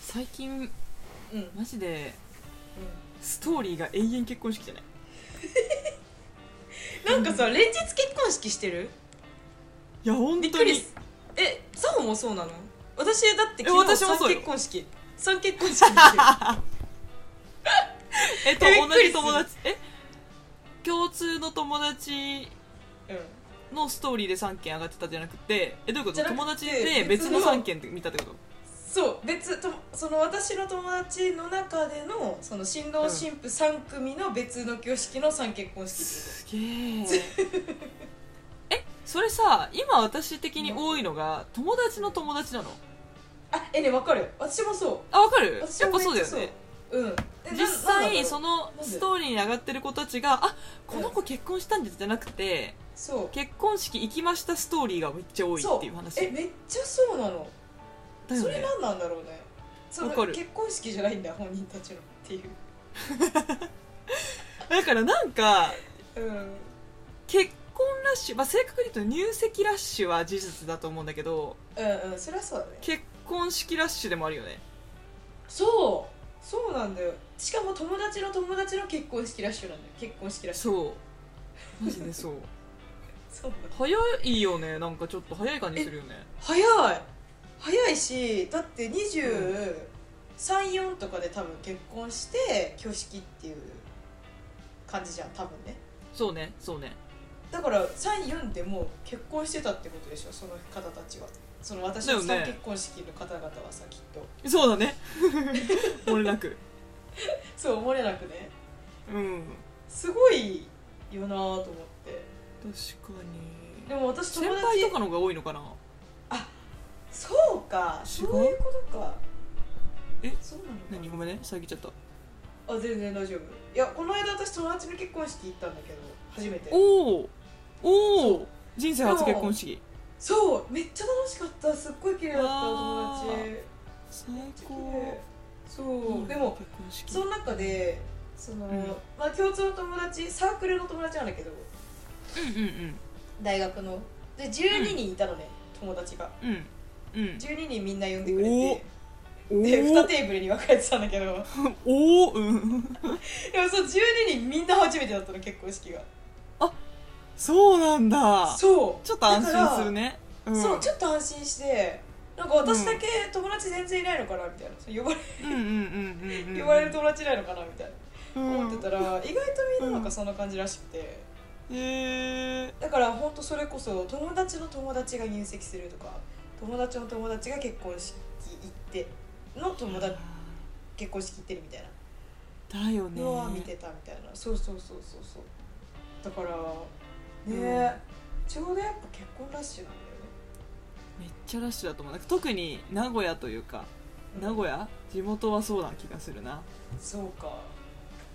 最近うん、うん、マジでストーリーが永遠結婚式じゃないなんかさ連日結婚式してるいや本びっ当くにりすえサホもそうなの私だってえ昨日私も三そうよ結婚式三結婚式してる えっとびっ同くじりする友達え共通の友達 うのストーリーで3件上がってたじゃなくてえどういうこじとゃなくて友達で別別のの3件って見たってことんそう別とその私の友達の中でのその新う郎ん新婦三組の別の挙式の三結婚式すげええそれさ今私的に多いのが友達の友達なのあえねわかる私もそうあわかるやっぱ私そもうだめっよちゃねうんえ実ななんだろ際うそのなんでストーリーに上がってる子たちがあこの子結婚したんですじゃなくてそう結婚式行きましたストーリーがめっちゃ多いっていう話そだえよねめっちゃそうなのそれ何なんだろうねそのわかる結婚式じゃないんだ本人たちのっていうだからなんかうん結婚ラッシュ、まあ、正確に言うと入籍ラッシュは事実だと思うんだけどうんうんそれはそうだね結婚式ラッシュでもあるよねそうそうなんだよしかも友達の友達の結婚式ラッシュなんだよ結婚式ラッシュそうマジでそうそうなんだ早いよねなんかちょっと早い感じするよね早い早いしだって234とかで多分結婚して挙式っていう感じじゃん多分ねそうねそうねだから34でもう結婚してたってことでしょその方たちはその私のだよね3結婚式の方々はさきっとそうだね 漏れなくそう漏れなくねうんすごいよなぁと思って確かでにも私先友達輩とかの方が多いのかなそうかそういうことかえそうな何のごめんね遮っちゃったかあ全然大丈夫いやこの間私友達の結婚式行ったんだけど初めておおおそお人生初結婚式そうめっちゃ楽しかったすっごい綺麗だったあー友達最で高そういいなでも結婚式その中でその、うんまあ共通の友達サークルの友達なんだけどうんうん大学ので12人いたのね、友達がうんうん12人みんな呼んでくれてうんで2テーブルに分かれてたんだけどでもおおうんそう12人みんな初めてだったの結婚式がそうなんだそうちょっと安心するねだから、そうちょょっと安心してなんか私だけ友達全然いないのかなみたいなそう呼ばれうんうんうんうんうん呼ばれる友達いないのかなみたいなうん思ってたら意外とみんななんかそんな感じらしくてへえだから本当それこそ友達の友達が入籍するとか友達の友達が結婚式行っての友達結婚式行ってるみたいなだよねのは見てたみたいなそうそうそうそうそうだからうね、んちょうどやっぱ結婚ラッシュなんだよねめっちゃラッシュだと思うなんか特に名古屋というか名古屋地元はそうな気がするなそうか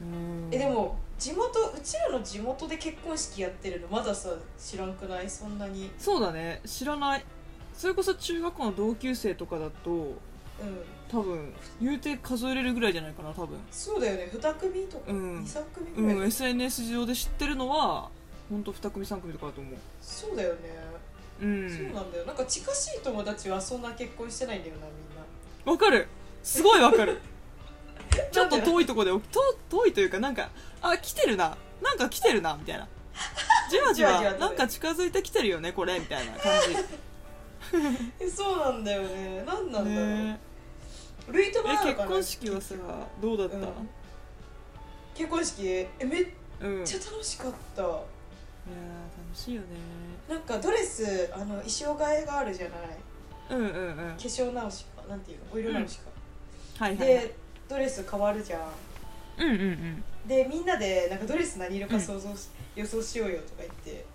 うんえでも地元うちらの地元で結婚式やってるのまださ知らんくないそんなにそうだね知らないそれこそ中学校の同級生とかだとうん多分言うて数えれるぐらいじゃないかな多分そうだよね2組とか、う二ん23組ぐうらい、ん、SNS 上で知ってるのは本当二組三組とかだと思うそうだよね、うんそうなんだよなんか近しい友達はそんな結婚してないんだよなみんなわかるすごいわか る ちょっとい遠いとこでと遠いというかなんかあ来てるななんか来てるなみたいなじわじじわわじわとねなんか近づいてきてるよねこれみたいな感 そうなんだよねなんなじんだろう、ねルイトえバなの結かな婚式はさどうだった結婚式えめっうん、いやー楽ちゃ楽しかった、しいよねなんかドレスあの衣装替えがあるじゃないうんうんうんはい化粧直しかなんていうのお色直しか、はいはいでドレス変わるじゃんうんうんでみんなでなんかドレス何色か想像し、予想しようよとか言って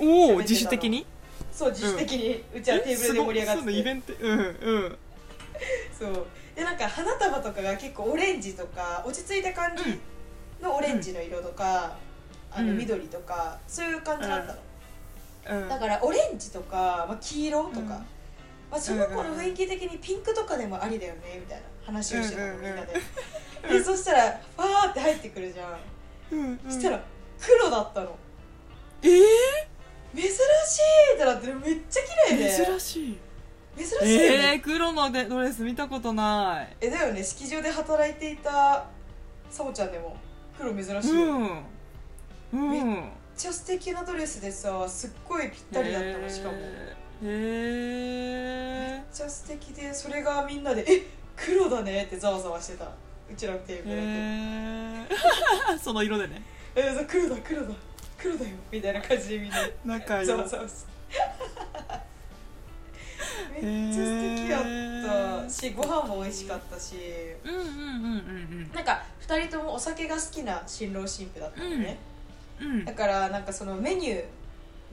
うんお喋っておたの自主的にそう自主的に、うちはテーブルで盛り上がえすごいそっういうのイベててントうんうんそうでなんか花束とかが結構オレンジとか落ち着いた感じのオレンジの色とか、あのうん緑とか、そういう感じだったの、うんだからオレンジとか、まあ、黄色とか、うんまあ、その子の雰囲気的にピンクとかでもありだよねみたいな話をしてたのうんうんみんなでうんでそしたらファーって入ってくるじゃんうんそしたら黒だったのええ珍しいってなってめっちゃ綺麗で珍しいめ珍しいよえね、ー、黒のでドレス見たことないえだよね式場で働いていたサボちゃんでも黒珍しい、めっうんうんちゃ素敵なドレスでさすっごいぴったりだったのしかもめっへえちゃ素敵でそれがみんなで「え黒だね」ってざわざわしてたうちらのテーブルで。へ えその色でねえー、そう黒だ黒だ黒だよみたいな感じでみんな仲良いざわざわしてめっちゃ素敵やったしご飯も美味しかったしうんうんうんうんなんか2人ともお酒が好きな新郎新婦だったのね、うんうんだからなんかそのメニュ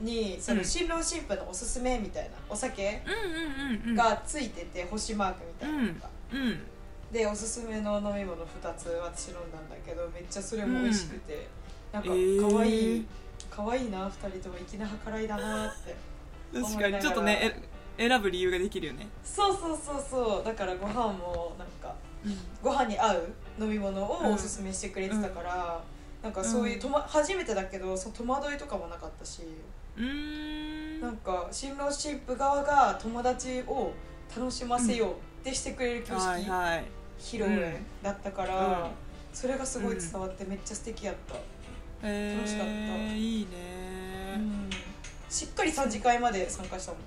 ーにそうのん新郎新婦のおすすめみたいなお酒うんうんうんがついてて星マークみたいなのが、うんでおすすめの飲み物2つ私飲んだんだけどめっちゃそれも美味しくて、なんか可愛い、えー可愛いな2人とも粋な計らいだなって確かにちょっとねえ選ぶ理由ができるよねそうそうそうそうだからご飯もなんかご飯に合う飲み物をおすすめしてくれてたから、なんかそういうと、ま、初めてだけどその戸惑いとかもなかったしうーんなんか新郎新婦側が友達を楽しませようってしてくれる挙式、はいはい披露宴だったから、うんそれがすごい伝わってめっちゃ素敵やった、えー、楽しかったいいねうんしっかり3次会まで参加したも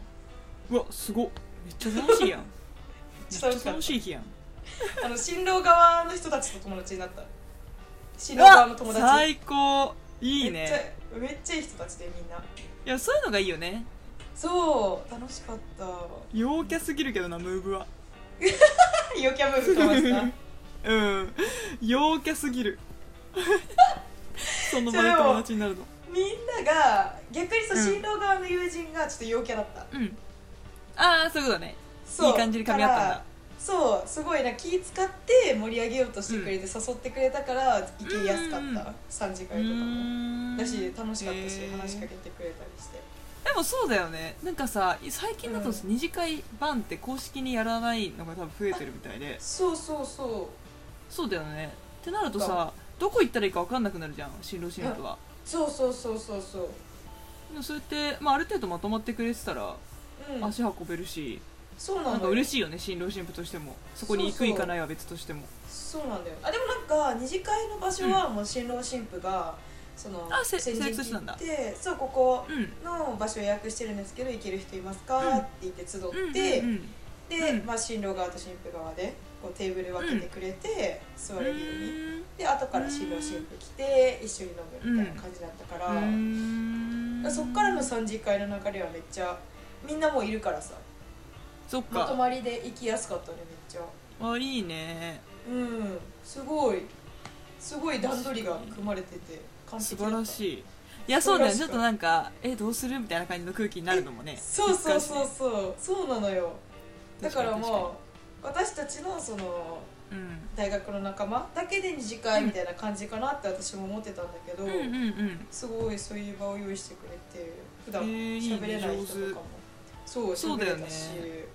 んうわすごっめっちゃ楽しい やんめっちゃ楽しかった楽しい日やんあの新郎側の人たちと友達になった新郎側の友うわ達最高いいめっちゃねめっちゃいい人たちでみんないやそういうのがいいよねそう楽しかった陽キャすぎるけどなムーブは陽キャムーブかまし たうん陽キャす ぎるその場そでれを友達になるのみんなが逆にそううん新郎側の友人がちょっと陽キャだったうんああそういうことねそういい感じに噛み合ったんかだらそうすごいな気使って盛り上げようとしてくれて、誘ってくれたから行きやすかっうんうんうんた、三3次う会とかもーんだし楽しかったし、えー話しかけてくれたりしてでもそうだよねなんかさ最近だとうん二次会版って公式にやらないのが多分増えてるみたいでそうそうそそうだよねってなるとさどこ行ったらいいか分かんなくなるじゃん新郎新婦はうそうそうそうそうそうでもそうやって、まあ、ある程度まとまってくれてたらうん足運べるし、そうななんんかだよ嬉しいよね新郎新婦としてもそこに行そくうそ行うかないは別としてもそうなんだよあでもなんか二次会の場所はもう新郎新婦がそのあせ先陣セレクトしたんだ切ってそうここうんの場所予約してるんですけど行ける人いますか、うんって言って集っうんて、うんうんで、うんまあ、新郎側と新婦側でこうテーブル分けてくれて、座れるようにで後から新郎新婦来て一緒に飲むみたいな感じだったから,、うーんそっからの3次会の流れはめっちゃみんなもういるからさそっまとかまりで行きやすかったねめっちゃあいいねうんすごいすごい段取りが組まれてて完素璧だ晴ったらしいいやそうだよね素晴ちょらしかっったとなんかえどうするみたいな感じの空気になるのもねそうそうそう難しそうそうなのよいだから確にもう私たちのその確大学の仲間だけで二次会みたいな感じかなって私も思ってたんだけど、かにうんうんうんうんすごいそういう場を用意してくれて普段えーいいね喋れない人とかも、そうそう喋だれよねたし、へ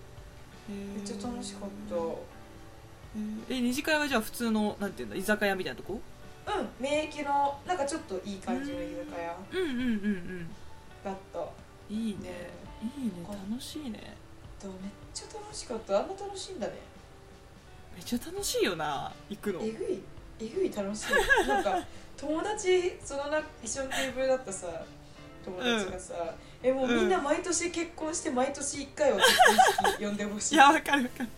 ーめっちゃ楽しかったえ二次会はじゃあ普通のなんていうんだ居酒屋みたいなとこうん免疫のなんかちょっといい感じの居酒屋うんうんうんだったうんいいねねいいね楽しいねでもめっちゃ楽しかったあんな楽しいんだねめっちゃ楽しいよな行くのえぐいえぐい楽しいなんか 友達そのな一緒のテーブルだったさ友達がさ、えもうみんな毎年結婚して毎年1回は結婚式呼んでほしいいやわかるわかる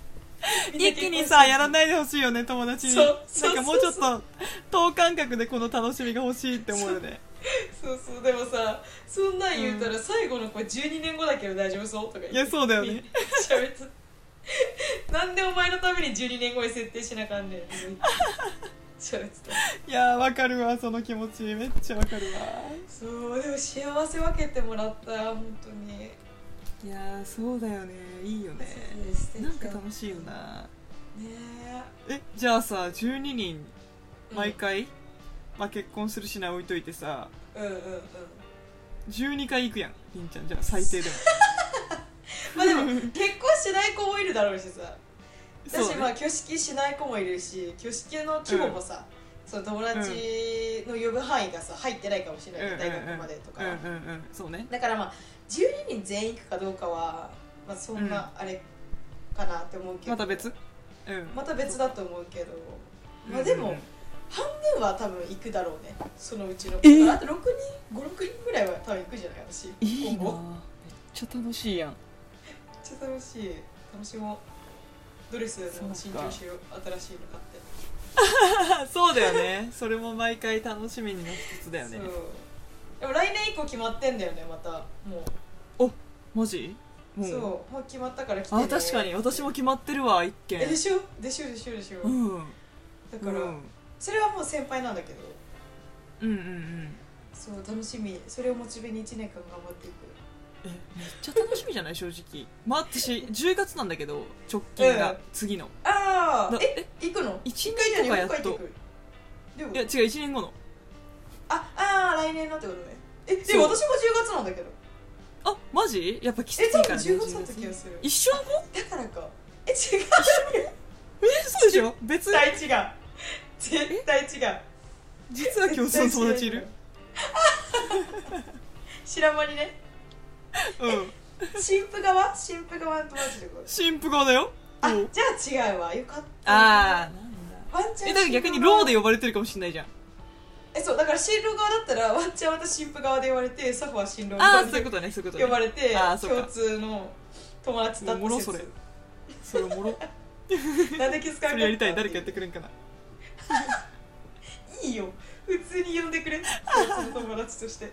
一気にさやらないでほしいよね友達にそうそうなんかもうちょっと等間隔でこの楽しみが欲しいって思うよねそうそうでもさそんなん言うたら最後の子12年後だけど大丈夫そうとかい言やってそうだよね喋ってたなんでお前のために12年後に設定しなあかんねんって言って喋ってたいやわかるわその気持ちめっちゃわかるわそうでも幸せ分けてもらった本当にいやそうだよねいいよね素敵なんか楽しいよなねえじゃあさ12人え毎回、まあ、結婚するしない置いといてさうんうんうんうん12回行くやんりんちゃんじゃあ最低で もま あでも結婚しない子もいるだろうしさだそうしねまあ挙式しない子もいるし挙式の規模もさ、その友達の呼ぶ範囲がさ入ってないかもしれない、うんうんうん大学までとか、うんうんうんそうねだからまあ12人全員行くかどうかは、まあ、そんなあれかなって思うけどまた別うんまた別だと思うけどまあでも、うん半分は多分行くだろうねそのうちのえーあと6人56人ぐらいは多分行くんじゃない私いい今なめっ後ちゃ楽しいやんめっちゃ楽しい楽しもうドレスでもそ新うか調しよう新しいの買ってあ そうだよねそれも毎回楽しみになる一つだよねそうでも来年以降決まってんだよねまたもマジう、もそうもう決まったから来てねあ確かに私も決まってるわ一件えでしょでしょでしょでしょ、うんうんだうから、んそれはもう先輩なんだけどうんうんそう楽しみそれをモチベに1年間頑張っていくえめっちゃ楽しみじゃない正直まあ私10月なんだけど直近うんが次のああなえ行くの一年一回とじかゃやなっいと回行ってくるでもいや違う1年後のああー来年のってことねえでそうも私も10月なんだけどあマジやっぱ季え節い多い分からね10月だった気がする一緒の子だからかえ違うえそうでしょ別絶に対違う絶対違う実は共通の友達いる白間にねうん新婦側新婦側の友達ってこと新婦側だよあうんじゃあ違うわよかっあたーなんだワンチャンえだから逆にローでよ呼ばれてるかもしれないじゃんえそうだから新郎側だったらワンチャン私新婦側で言われてサフは新郎あ側あそういうでことねそういうことね呼ばれてあーそうか共通の友達だっおもろたそれそれおもろなんで気づかなかそったれやりたい誰かやってくれんかないいよ普通に呼んでくれ共通の友達 として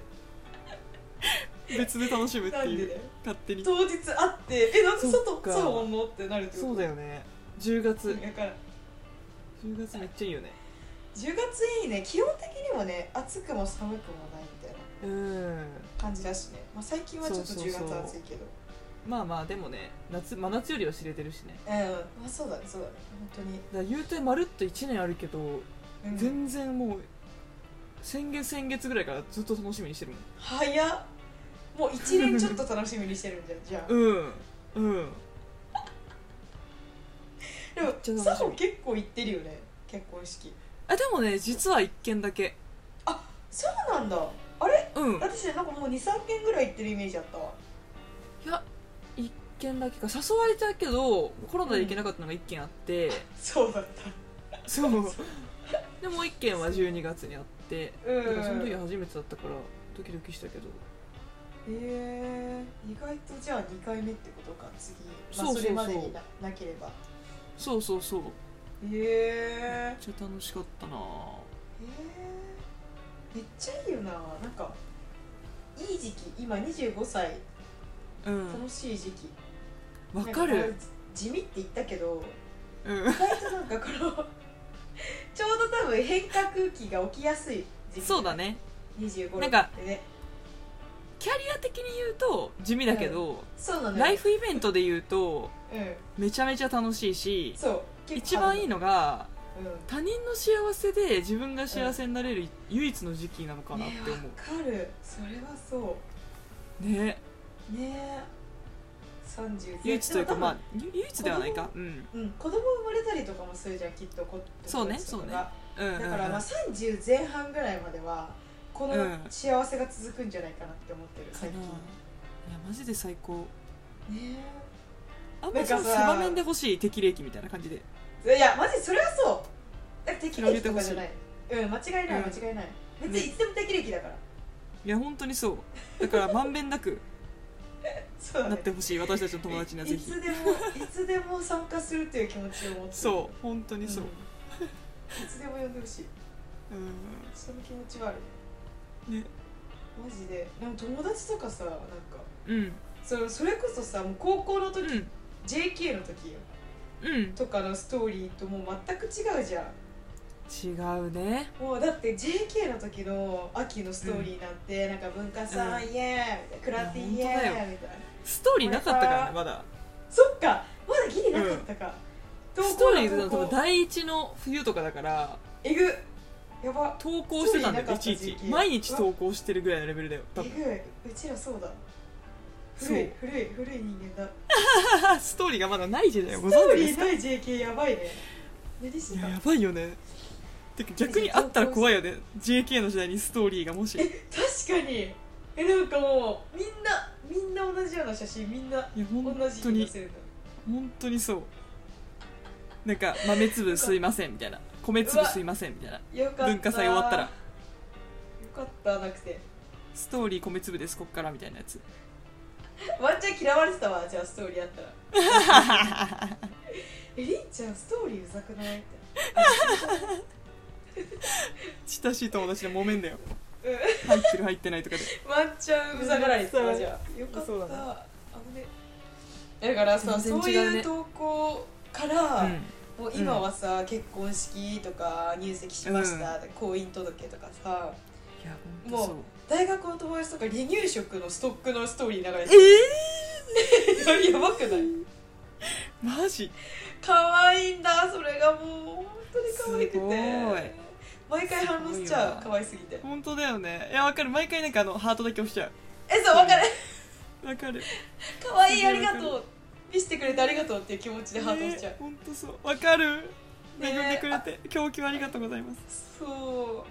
別で楽しむってなんいでうだよ勝手に当日会ってえなんでそっ外かそうおんのってなるってことそうだよね10月だから10月めっちゃいいよね10月いいね基本的にもね暑くも寒くもないみたいなうん感じだしね、まあ、最近はちょっとそうそう10そう月暑いけどまあまあでもね夏真夏よりは知れてるしねうんまあそうだねそうだね本だから言うてまるっと1年あるけど当に、うん全然もう先月先月ぐらいからずっと楽しみにしてるもん早っもう1年ちょっと楽しみにしてるんじゃんじゃあ、 うんうんめっちゃ楽しでもみ佐帆結構行ってるよね結婚式あでもね実は1件だけそうなんだあれうん私なんかもう23件ぐらい行ってるイメージあったわいや1件だけか誘われたけどコロナで行けなかったのが1件あって、そうだっそうでもう1件は12月にあってたうだからその時へ初めてだったからドキドキしたけどえー、意外とじゃあ2回目ってことか次、まそうそうあ、そうそれまでにななければそうそうそうへえーめっ、ちゃ楽しかったなえー、めっちゃいいよななんかいい時期今25歳うん楽しい時期わかなんる地味って言ったけどうん意外となんかこの ちょうど多分変化空気が起きやすい時期そうだね25なんかってねキャリア的に言うと地味だけど、そうだねライフイベントで言うとうんめちゃめちゃ楽しいしそう一番いいの、のがうん、他人の幸せで自分が幸せになれる唯一の時期なのかなっねて思わかるそれはそうねうね三十唯一というかまあゆ唯一ではないかうんうん、子供生まれたりとかもするじゃんきっとこそうね友達とかそうねうがんうんだからまあ30前半ぐらいまではこのうん幸せが続くんじゃないかなって思ってるかな最い近、やマジで最高ねあんまりそのなんかさ狭めんでほしい適齢期みたいな感じでえいやマジそれはそうだって適齢期とかじゃないうん間違いないうん間違いない、ね別にいつでも適齢期だから、いや本当にそうだからまんべんなくそうだなねってほしい私たちの友達にはぜいひつでもいつでも参加するっていう気持ちを持ってそう本当うにんそう、いつでも呼んでほしいうんその気持ちはあるねマジででも友達とかさなんかうんそのそれこそさもう高校のう時、ん JK の時ようんとかのストーリーともう全く違うじゃん違うねもうだって JK の時の秋のストーリーなんて、なんか文化さん、うイエーイクラティイエいや本当だーイみたいなストーリーなかったからねまだそっかまだギリなかったか、ストーリーのの多分第一の冬とかだからえぐやば投稿してたんだよいストちーリーいちなかった時期毎日投稿してるぐらいのレベルだよ多え 分ぐいうちらそうだそう古い古い古い人間だあストーリーがまだない時代をごスト存ー知でリーすなかい JK やばいね何しいてたややばいよねてか逆にあったら怖いよね JK の時代にストーリーがもしい確かにえなんかもうみんなみんな同じような写真みんなや同本じ当にに載せるんだ本当にそうなんか豆粒すいませんみたいな米粒すいませんみたいなよかった文化祭終わったらよかったなくてストーリー米粒ですこっからみたいなやつワンちゃん嫌われてたわじゃあストーリーあったら えりんちゃんストーリーうざくないって親しい友達で揉めんだようん入ってる入ってないとかでワンチャンうざがられてたじゃあよかったそうだあなぶねだからさ、全そう然違ういうね投稿から、うんもう今はさ、結婚式とか入籍しました、婚姻届とかさいや本当そう大学の友達とか離乳食のストックのストーリー流れえてる やばくないー、マジ可愛いんだそれがもう本当に可愛くてすごい毎回反応しちゃうすごいわ可愛すぎて本当だよねいやわかる毎回なんかあのハートだけ押しちゃえそう分かるうわかる可愛いすごあいりがわとう見せてくれてありがとうっていう気持ちでハート押しちゃう、ね本当そうわかるね恵んでくれて供給ありがとうございますそ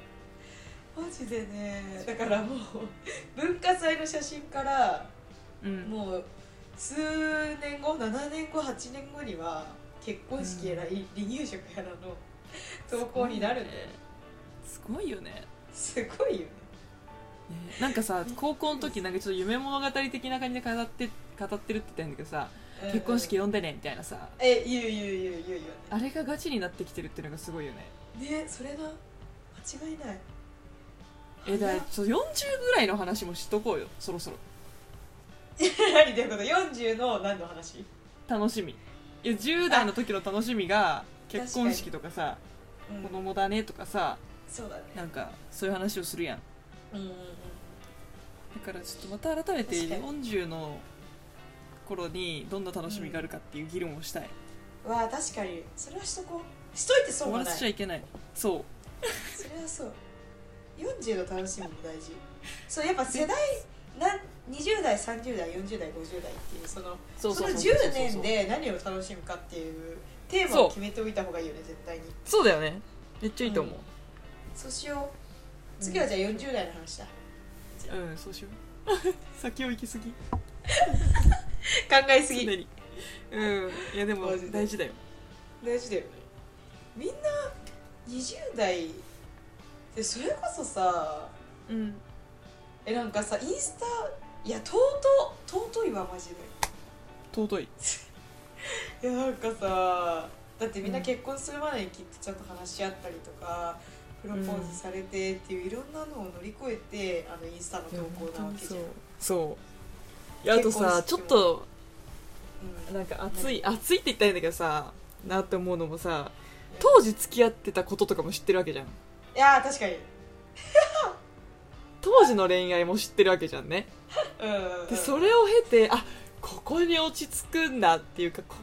うマジでねだからもう文化祭の写真からうんもう数年後7年後8年後には結婚式やら、離乳食やらの投稿になるんだよすごいよねすごいよねねなんかさ高校の時なんかちょっと夢物語的な感じで語って語ってるって言ったんだけどさうんうん結婚式呼んでねみたいなさえ言う言う言う言うあれがガチになってきてるっていうのがすごいよね言うねそれな間違い ないえだから早っちょ40ぐらいの話もしとこうよそろそろ何どういうこと40の何の話楽しみいや10代の時の楽しみが結婚式とかさうん子供だねとかさそうだねなんかそういう話をするやんうんうんうんだからちょっとまた改めて確か40の頃にどんな楽しみがあるかっていう議論をしたいうわ確かにそれはしとこうしといて損終わはらないせちゃいけないそうそれはそう40の楽しみも大事そうやっぱ世代なん20代30代40代50代っていうそのそうそうそのうそう10年で何を楽しむかっていうテーマを決めておいた方がいいよね絶対にそうだよねめっちゃいいと思うそうしよう次はじゃあ40代の話だ、うん、そうしよ う先を行き過ぎ考えす常ぎにうんいやでもマジで大事だよ大事だよねみんな20代でそれこそさうんえなんかさインスタいや尊い尊いわマジで尊いいやなんかさだってみんな結婚するまでにきっとちゃんと話し合ったりとかプロポーズされてっていういろんなのを乗り越えてあのインスタの投稿なわけじゃん、うん、そういやあとさち結ょっ婚式もとなんか熱い熱いって言ったらいいんだけどさなって思うのもさ当時付き合ってたこととかも知ってるわけじゃんいやー確かに当時の恋愛も知ってるわけじゃんねうんうんでそれを経てあここに落ち着くんだっていうかここ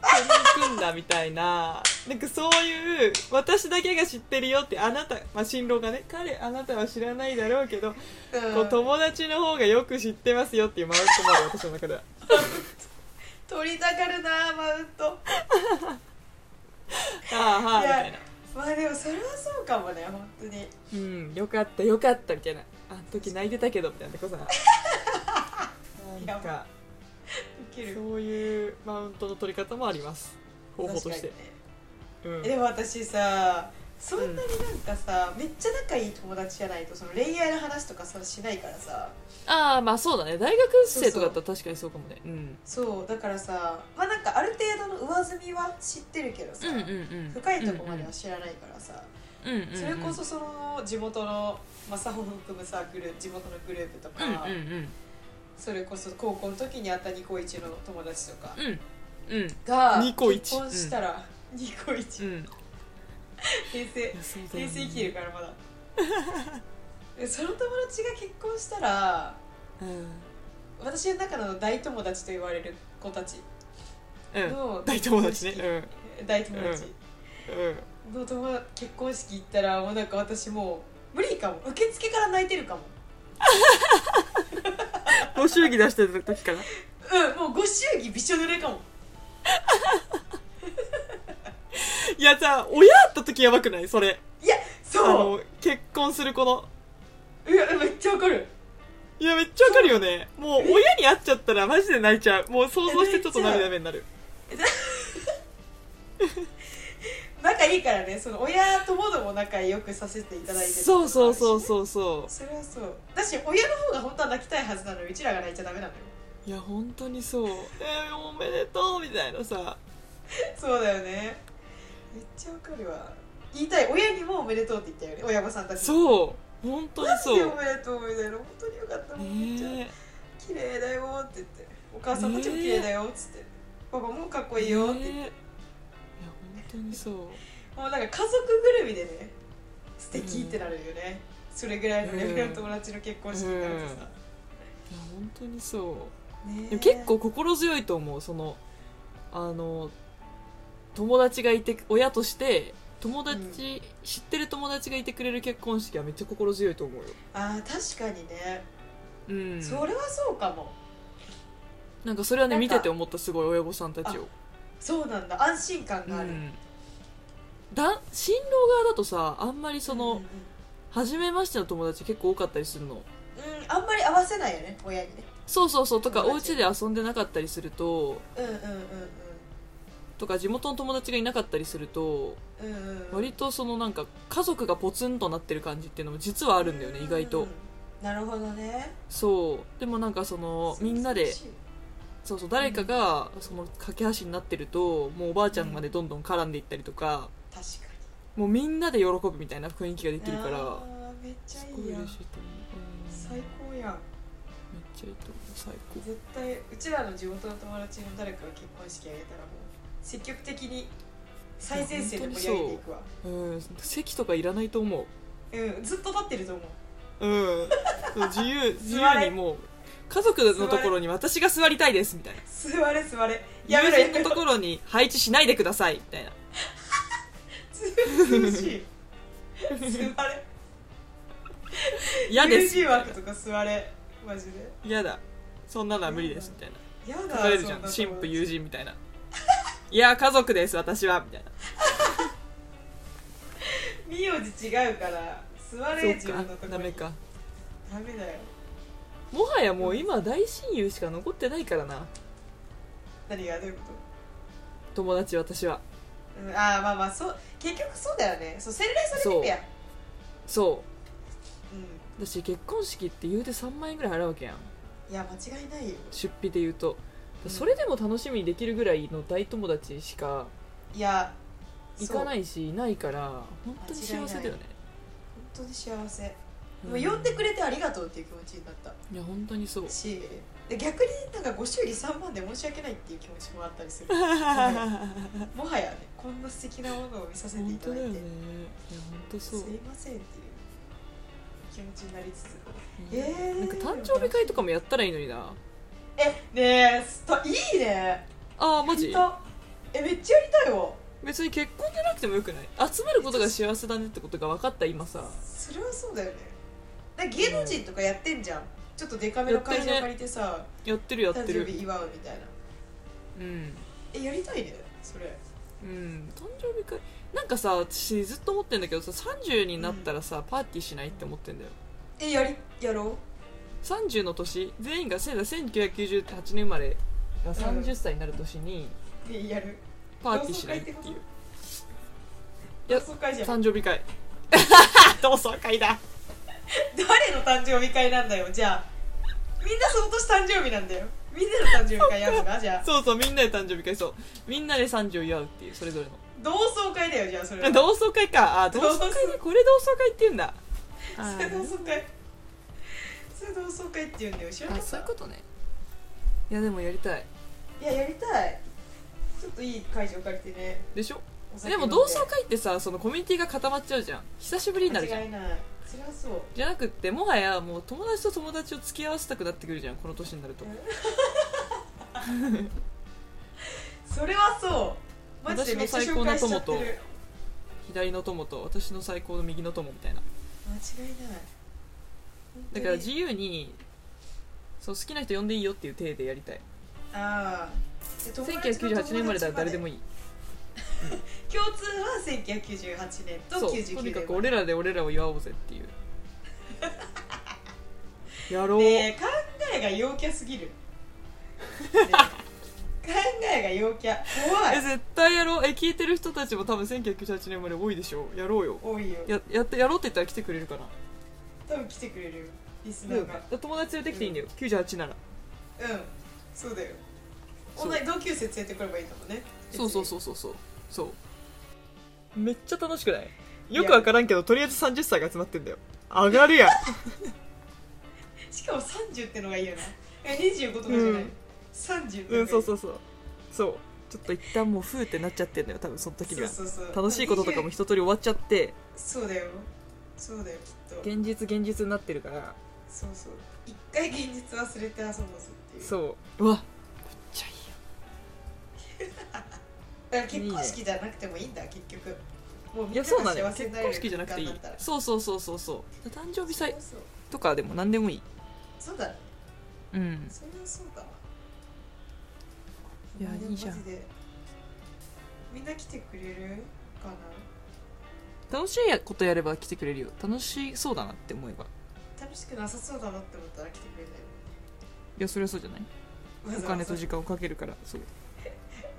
に行くんだみたいななんかそういう私だけが知ってるよってあなた、まあ、新郎がね彼あなたは知らないだろうけど、こううん友達の方がよく知ってますよっていうマウントもある私の 中では取りたがるなーマウントああはあみいやたいなまあでもそれはそうかもね本当にうんよかったよかったみたいなあの時泣いてたけどみたいなこさ なんか受けるそういうマウントの取り方もあります方法として、確かにねうんえでも私さそんなになんかさ、めっちゃ仲いい友達じゃないとその恋愛の話とかそれしないからさああまあそうだね大学生とかだったら確かにそうかもねうんそうだからさまあなんかある程度の上積みは知ってるけどさ、ん深いとこまでは知らないからさ、うんうんそれこそその地元のまあサホを含むサークル地元のグループとか、うんうんそれこそ高校の時に会ったニコイチの友達とかうんうんうんがニコイチ結婚したら、ニコイチうん平成そうだよ平ね成生きてるからまだ でその友達が結婚したらうん私の中の大友達と言われる子たちうんの大友達ね結婚式大友達、うんうんの友達結婚式行ったらもうなんか私もう無理かも受付から泣いてるかもご祝儀出してた時からうんもうご祝儀びしょ濡れかもいやさ親あった時やばくないそれあそうの結婚する子のうわめっちゃわかるいやめっちゃわかるよねもう親に会っちゃったらマジで泣いちゃうもう想像してちょっと涙目になる仲いいからねその親ともども仲良くさせていただいてるってこそうともそあうるしねそうそうそそれはそうだし親の方が本当は泣きたいはずなのにうちらが泣いちゃダメなのよういや本当にそう「えー、おめでとう」みたいなさそうだよねめっちゃわかるわ言いたい親にもおめでとうって言ったよね親御さんたちうそう本当にそうおめでとうみたいな本当によかったもん、めっちゃね綺麗だよって言ってお母さんたちも綺麗だよっつって、パパもかっこいいよって言って、ねいや本当にそうもうなんか家族ぐるみでね素敵ってなるよね、それぐらいのレベル の友達の結婚式になるとさ、いや本当にそうねえでも結構心強いと思うそのあの友達がいて親として友達、知ってる友達がいてくれる結婚式はめっちゃ心強いと思うよ、あー確かにね、うん、それはそうかもなんかそれはねなん見かてて思ったすごい親御さんたちを、そうなんだ安心感うがある、ん、だ新郎側だとさあんまりその、うんうんうん初めましての友達結構多かったりするのうん、あんまり合わせないよね親にねそうそうそうとかお友達家で遊んでなかったりするとうんうんうんとか地元の友達がいなかったりするとうんうんうん割とそのなんか家族がポツンとなってる感じっていうのも実はあるんだよね意外うとんなるほどねそうでもなんかそのみんなでそうそうそう誰かがその架け橋になってるともうおばあちゃんまでどんどん絡んでいったりとかそうそう確かもうみんなで喜ぶみたいな雰囲気がでにきるからあーめっちゃすいごいいや嬉んしいと思ううん最高めやんっちゃいいと思う最高絶対うちらの地元の友達の誰かが結婚式あげたらもう積極的に最前線で盛り上げていくわうん席とかいらないと思ううんずっと立ってると思ううん、そう自由自座由れにもう家族のところに私が座りたいですみたいな座れ座れやめろ友や人めのろところ に配置しないでくださいみたいな 涼しい座れ嫌で友す人枠とか座れマジで嫌だそんなのは無理ですみたいなや書だかれるじゃんそ神な父友達友人みたいないや家族です私はみたいな名字違うから座れ自そう分のかとこにダメかダメだよもはやもう今大親友しか残ってないからな何がどういうこ友達私はと、うん、ああまあまあそう結局そうだよねそう洗礼されてるやそううだし結婚式って言うて3万円ぐらい払うわけやんんいや間違いないよ出費で言うとうんそれでも楽しみにできるぐらいの大友達しかいや行かないいしいないから本当に幸せだよね本当に幸せ、うんもう呼んでくれてありがとうっていう気持ちになったいや本当に そうしで逆になんかご祝儀3万で申し訳ないっていう気持ちもあったり する本もはやねこんな素敵なものを見させていた当だだいよねいてや本当すそういませんっていう気持ちになりつつえうんーなんか誕生日会とかもやったらいいのになえねえすといいねあーマジ本当えめっちゃやりたいわ別に結婚じゃなくてもよくない集めることが幸せだねってことが分かった今さそれはそうだよねだから芸能人とかやってんじゃん、ちょっとデカめの会やってるね場借りてさやってるやって誕生る日祝うみたいなうんえやりたいねそれうん誕生日会なんかさ私ずっと思ってんだけどさ30になったらさパーティーしないって思ってんだよえやりやろ30の年全員がせいだ1998年生まれが30歳になる年にうえやるパーティーしないっていう、同窓会じゃん誕生日 会同窓会だ誰の誕生日会なんだよじゃあみんなその年誕生日なんだよみんなの誕生日会やるのかじゃあそうそうみんなで誕生日会そうみんなで30を祝うっていうそれぞれの同窓会だよじゃあそれは同窓会かあ同窓同会窓ねこれ同窓会って言うんだそれ同窓会それ同窓会って言うんだよ知らなあかったそういうことねいやでもやりたいいややりたいちょっといい会場借りてねでしょお酒で飲んも同窓会ってさそのコミュニティが固まっちゃうじゃん久しぶりになるじゃん間違いないそれはそうじゃなくってもはやもう友達と友達を付き合わせたくなってくるじゃんこの年になるとそれはそうマジでめっちゃ紹介しちゃってる間違いない左の友と私の最高の右の友みたいなだから本当自に由にそう好きな人呼んでいいよっていう体でやりたいああ1998年生まれだら誰でもいいいい共通は1998年とそう99とにか年く俺らで俺らを祝おうぜっていうやろう、 ねえ考えが陽キャすぎる、ねええが陽キャ怖えい絶対やろうえ聞いてる人たちも多分1998年生まで多いでしょやろうよ多いよややってやろうって言ったら来てくれるかな多分来てくれるよリスナうーんが友達連れてきていいんだよ、98ならうん、そうだよそう同じ同級生連れてくればいいんだもんねそうそううそうそうそうそうめっちゃ楽しくないよくわからんけどとりあえず30歳が集まってんだよ上がるやんしかも30ってのがいいよなえ25とかじゃない、うん30 うんそうそううそうそうちょっと一旦もうふーってなっちゃってんだよ多分その時にはそうそうそう楽しいこととかも20一通り終わっちゃってそうだよそうだよきっと現実現実になってるからそうそう一回現実忘れて遊ぼうぞっていうそううわめっちゃいいよだから結婚式じゃなくてもいいんだ結局もうみいんなやがそうなのよ幸せ結になれ婚る式じゃなくていい時間だったらそうそうそうそうそう誕生日祭そうとかでも何でもいいそうそうだねうんそれはそうだわいやでもいいじゃんマジでみんな来てくれるかな楽しいことやれば来てくれるよ楽しそうだなって思えばい楽しくなさそうだなって思ったら来てくれなやそれはそうじゃないいもんおねわざわざ金と時間をかけるからそう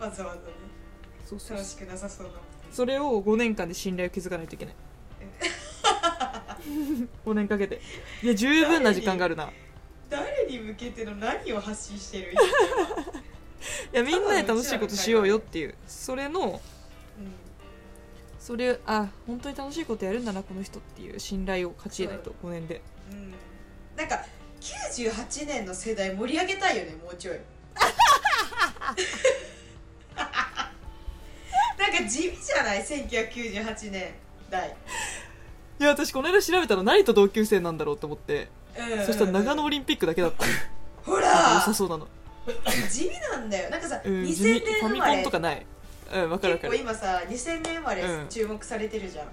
わざわざねそうそう楽そうしくなさそうだもんそれを5年間で信頼を築かないといけない5年かけていや十分な時間があるない誰に向けての何を発信してる、 やみんなで楽しいことしようよっていうそれのうん、それあ本当に楽しいことやるんだなこの人っていう信頼を勝ち得ないと5年でうんなんか98年の世代盛り上げたいよねもうち ょいなんか地味じゃない1998年代、いや私この間調べたら何と同級生なんだろうと思ってうんそしたら長野オリンピックだけだったほ良らさそうなの、地味なんだよなんかさ、うん、地味2000年ファ生ミまコンれとかないうん分かる分結か構る今さ2000年生まれうん注目されてるじゃん、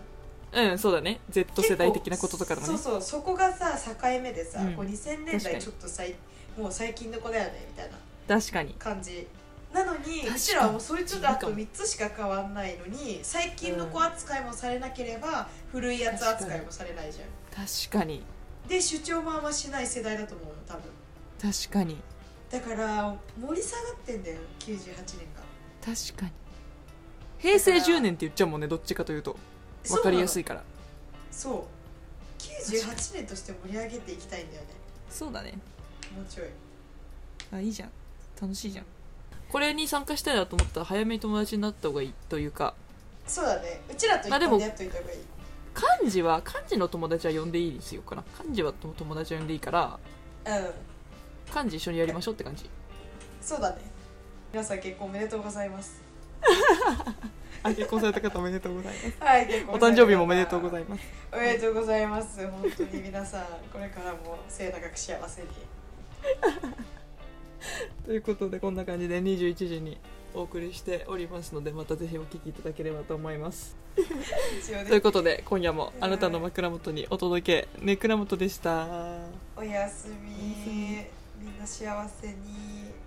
うんそうだね Z 世代的なこととかでもね結構そうそうそこがさ境目でさ、うんこう2000年確か代にちょっとさいもう最近の子だよねみたいな確かに感じなのに確かにうちらはもうそれちょっと地味あかとも3つしか変わんないのに最近の子扱いもされなければ古いやつ扱いもされないじゃん確かにで主張もあんましない世代だと思うの多分確かにだから盛り下がってんだよ98年が確かに平成10年って言っちゃうもんねどっちかというと分かりやすいいからそう98年として盛り上げていきたいんだよねそうだねもうちょいあいいじゃん楽しいじゃんこれに参加したいなと思ったら早めに友達になった方がいいというかそうだねうちらと一まあで本もでやっといた方がいい、漢字は漢字の友達は呼んでいいですよかな漢字は友達は呼んでいいからうん漢字一緒にやりましょうって感じそうだね皆さん結婚おめでとうございますあ結婚された方おめでとうございますはい結お婚誕生日もおめでとうごいざいますますおめでとうございます本当に皆さんこれからも末永く幸せにということでこんな感じで21時にお送りしておりますのでまたぜひお聞きいただければと思います一応というねことで今夜もあなたの枕元にお届けねくらもとでしたおやすみおやすみみんな幸せに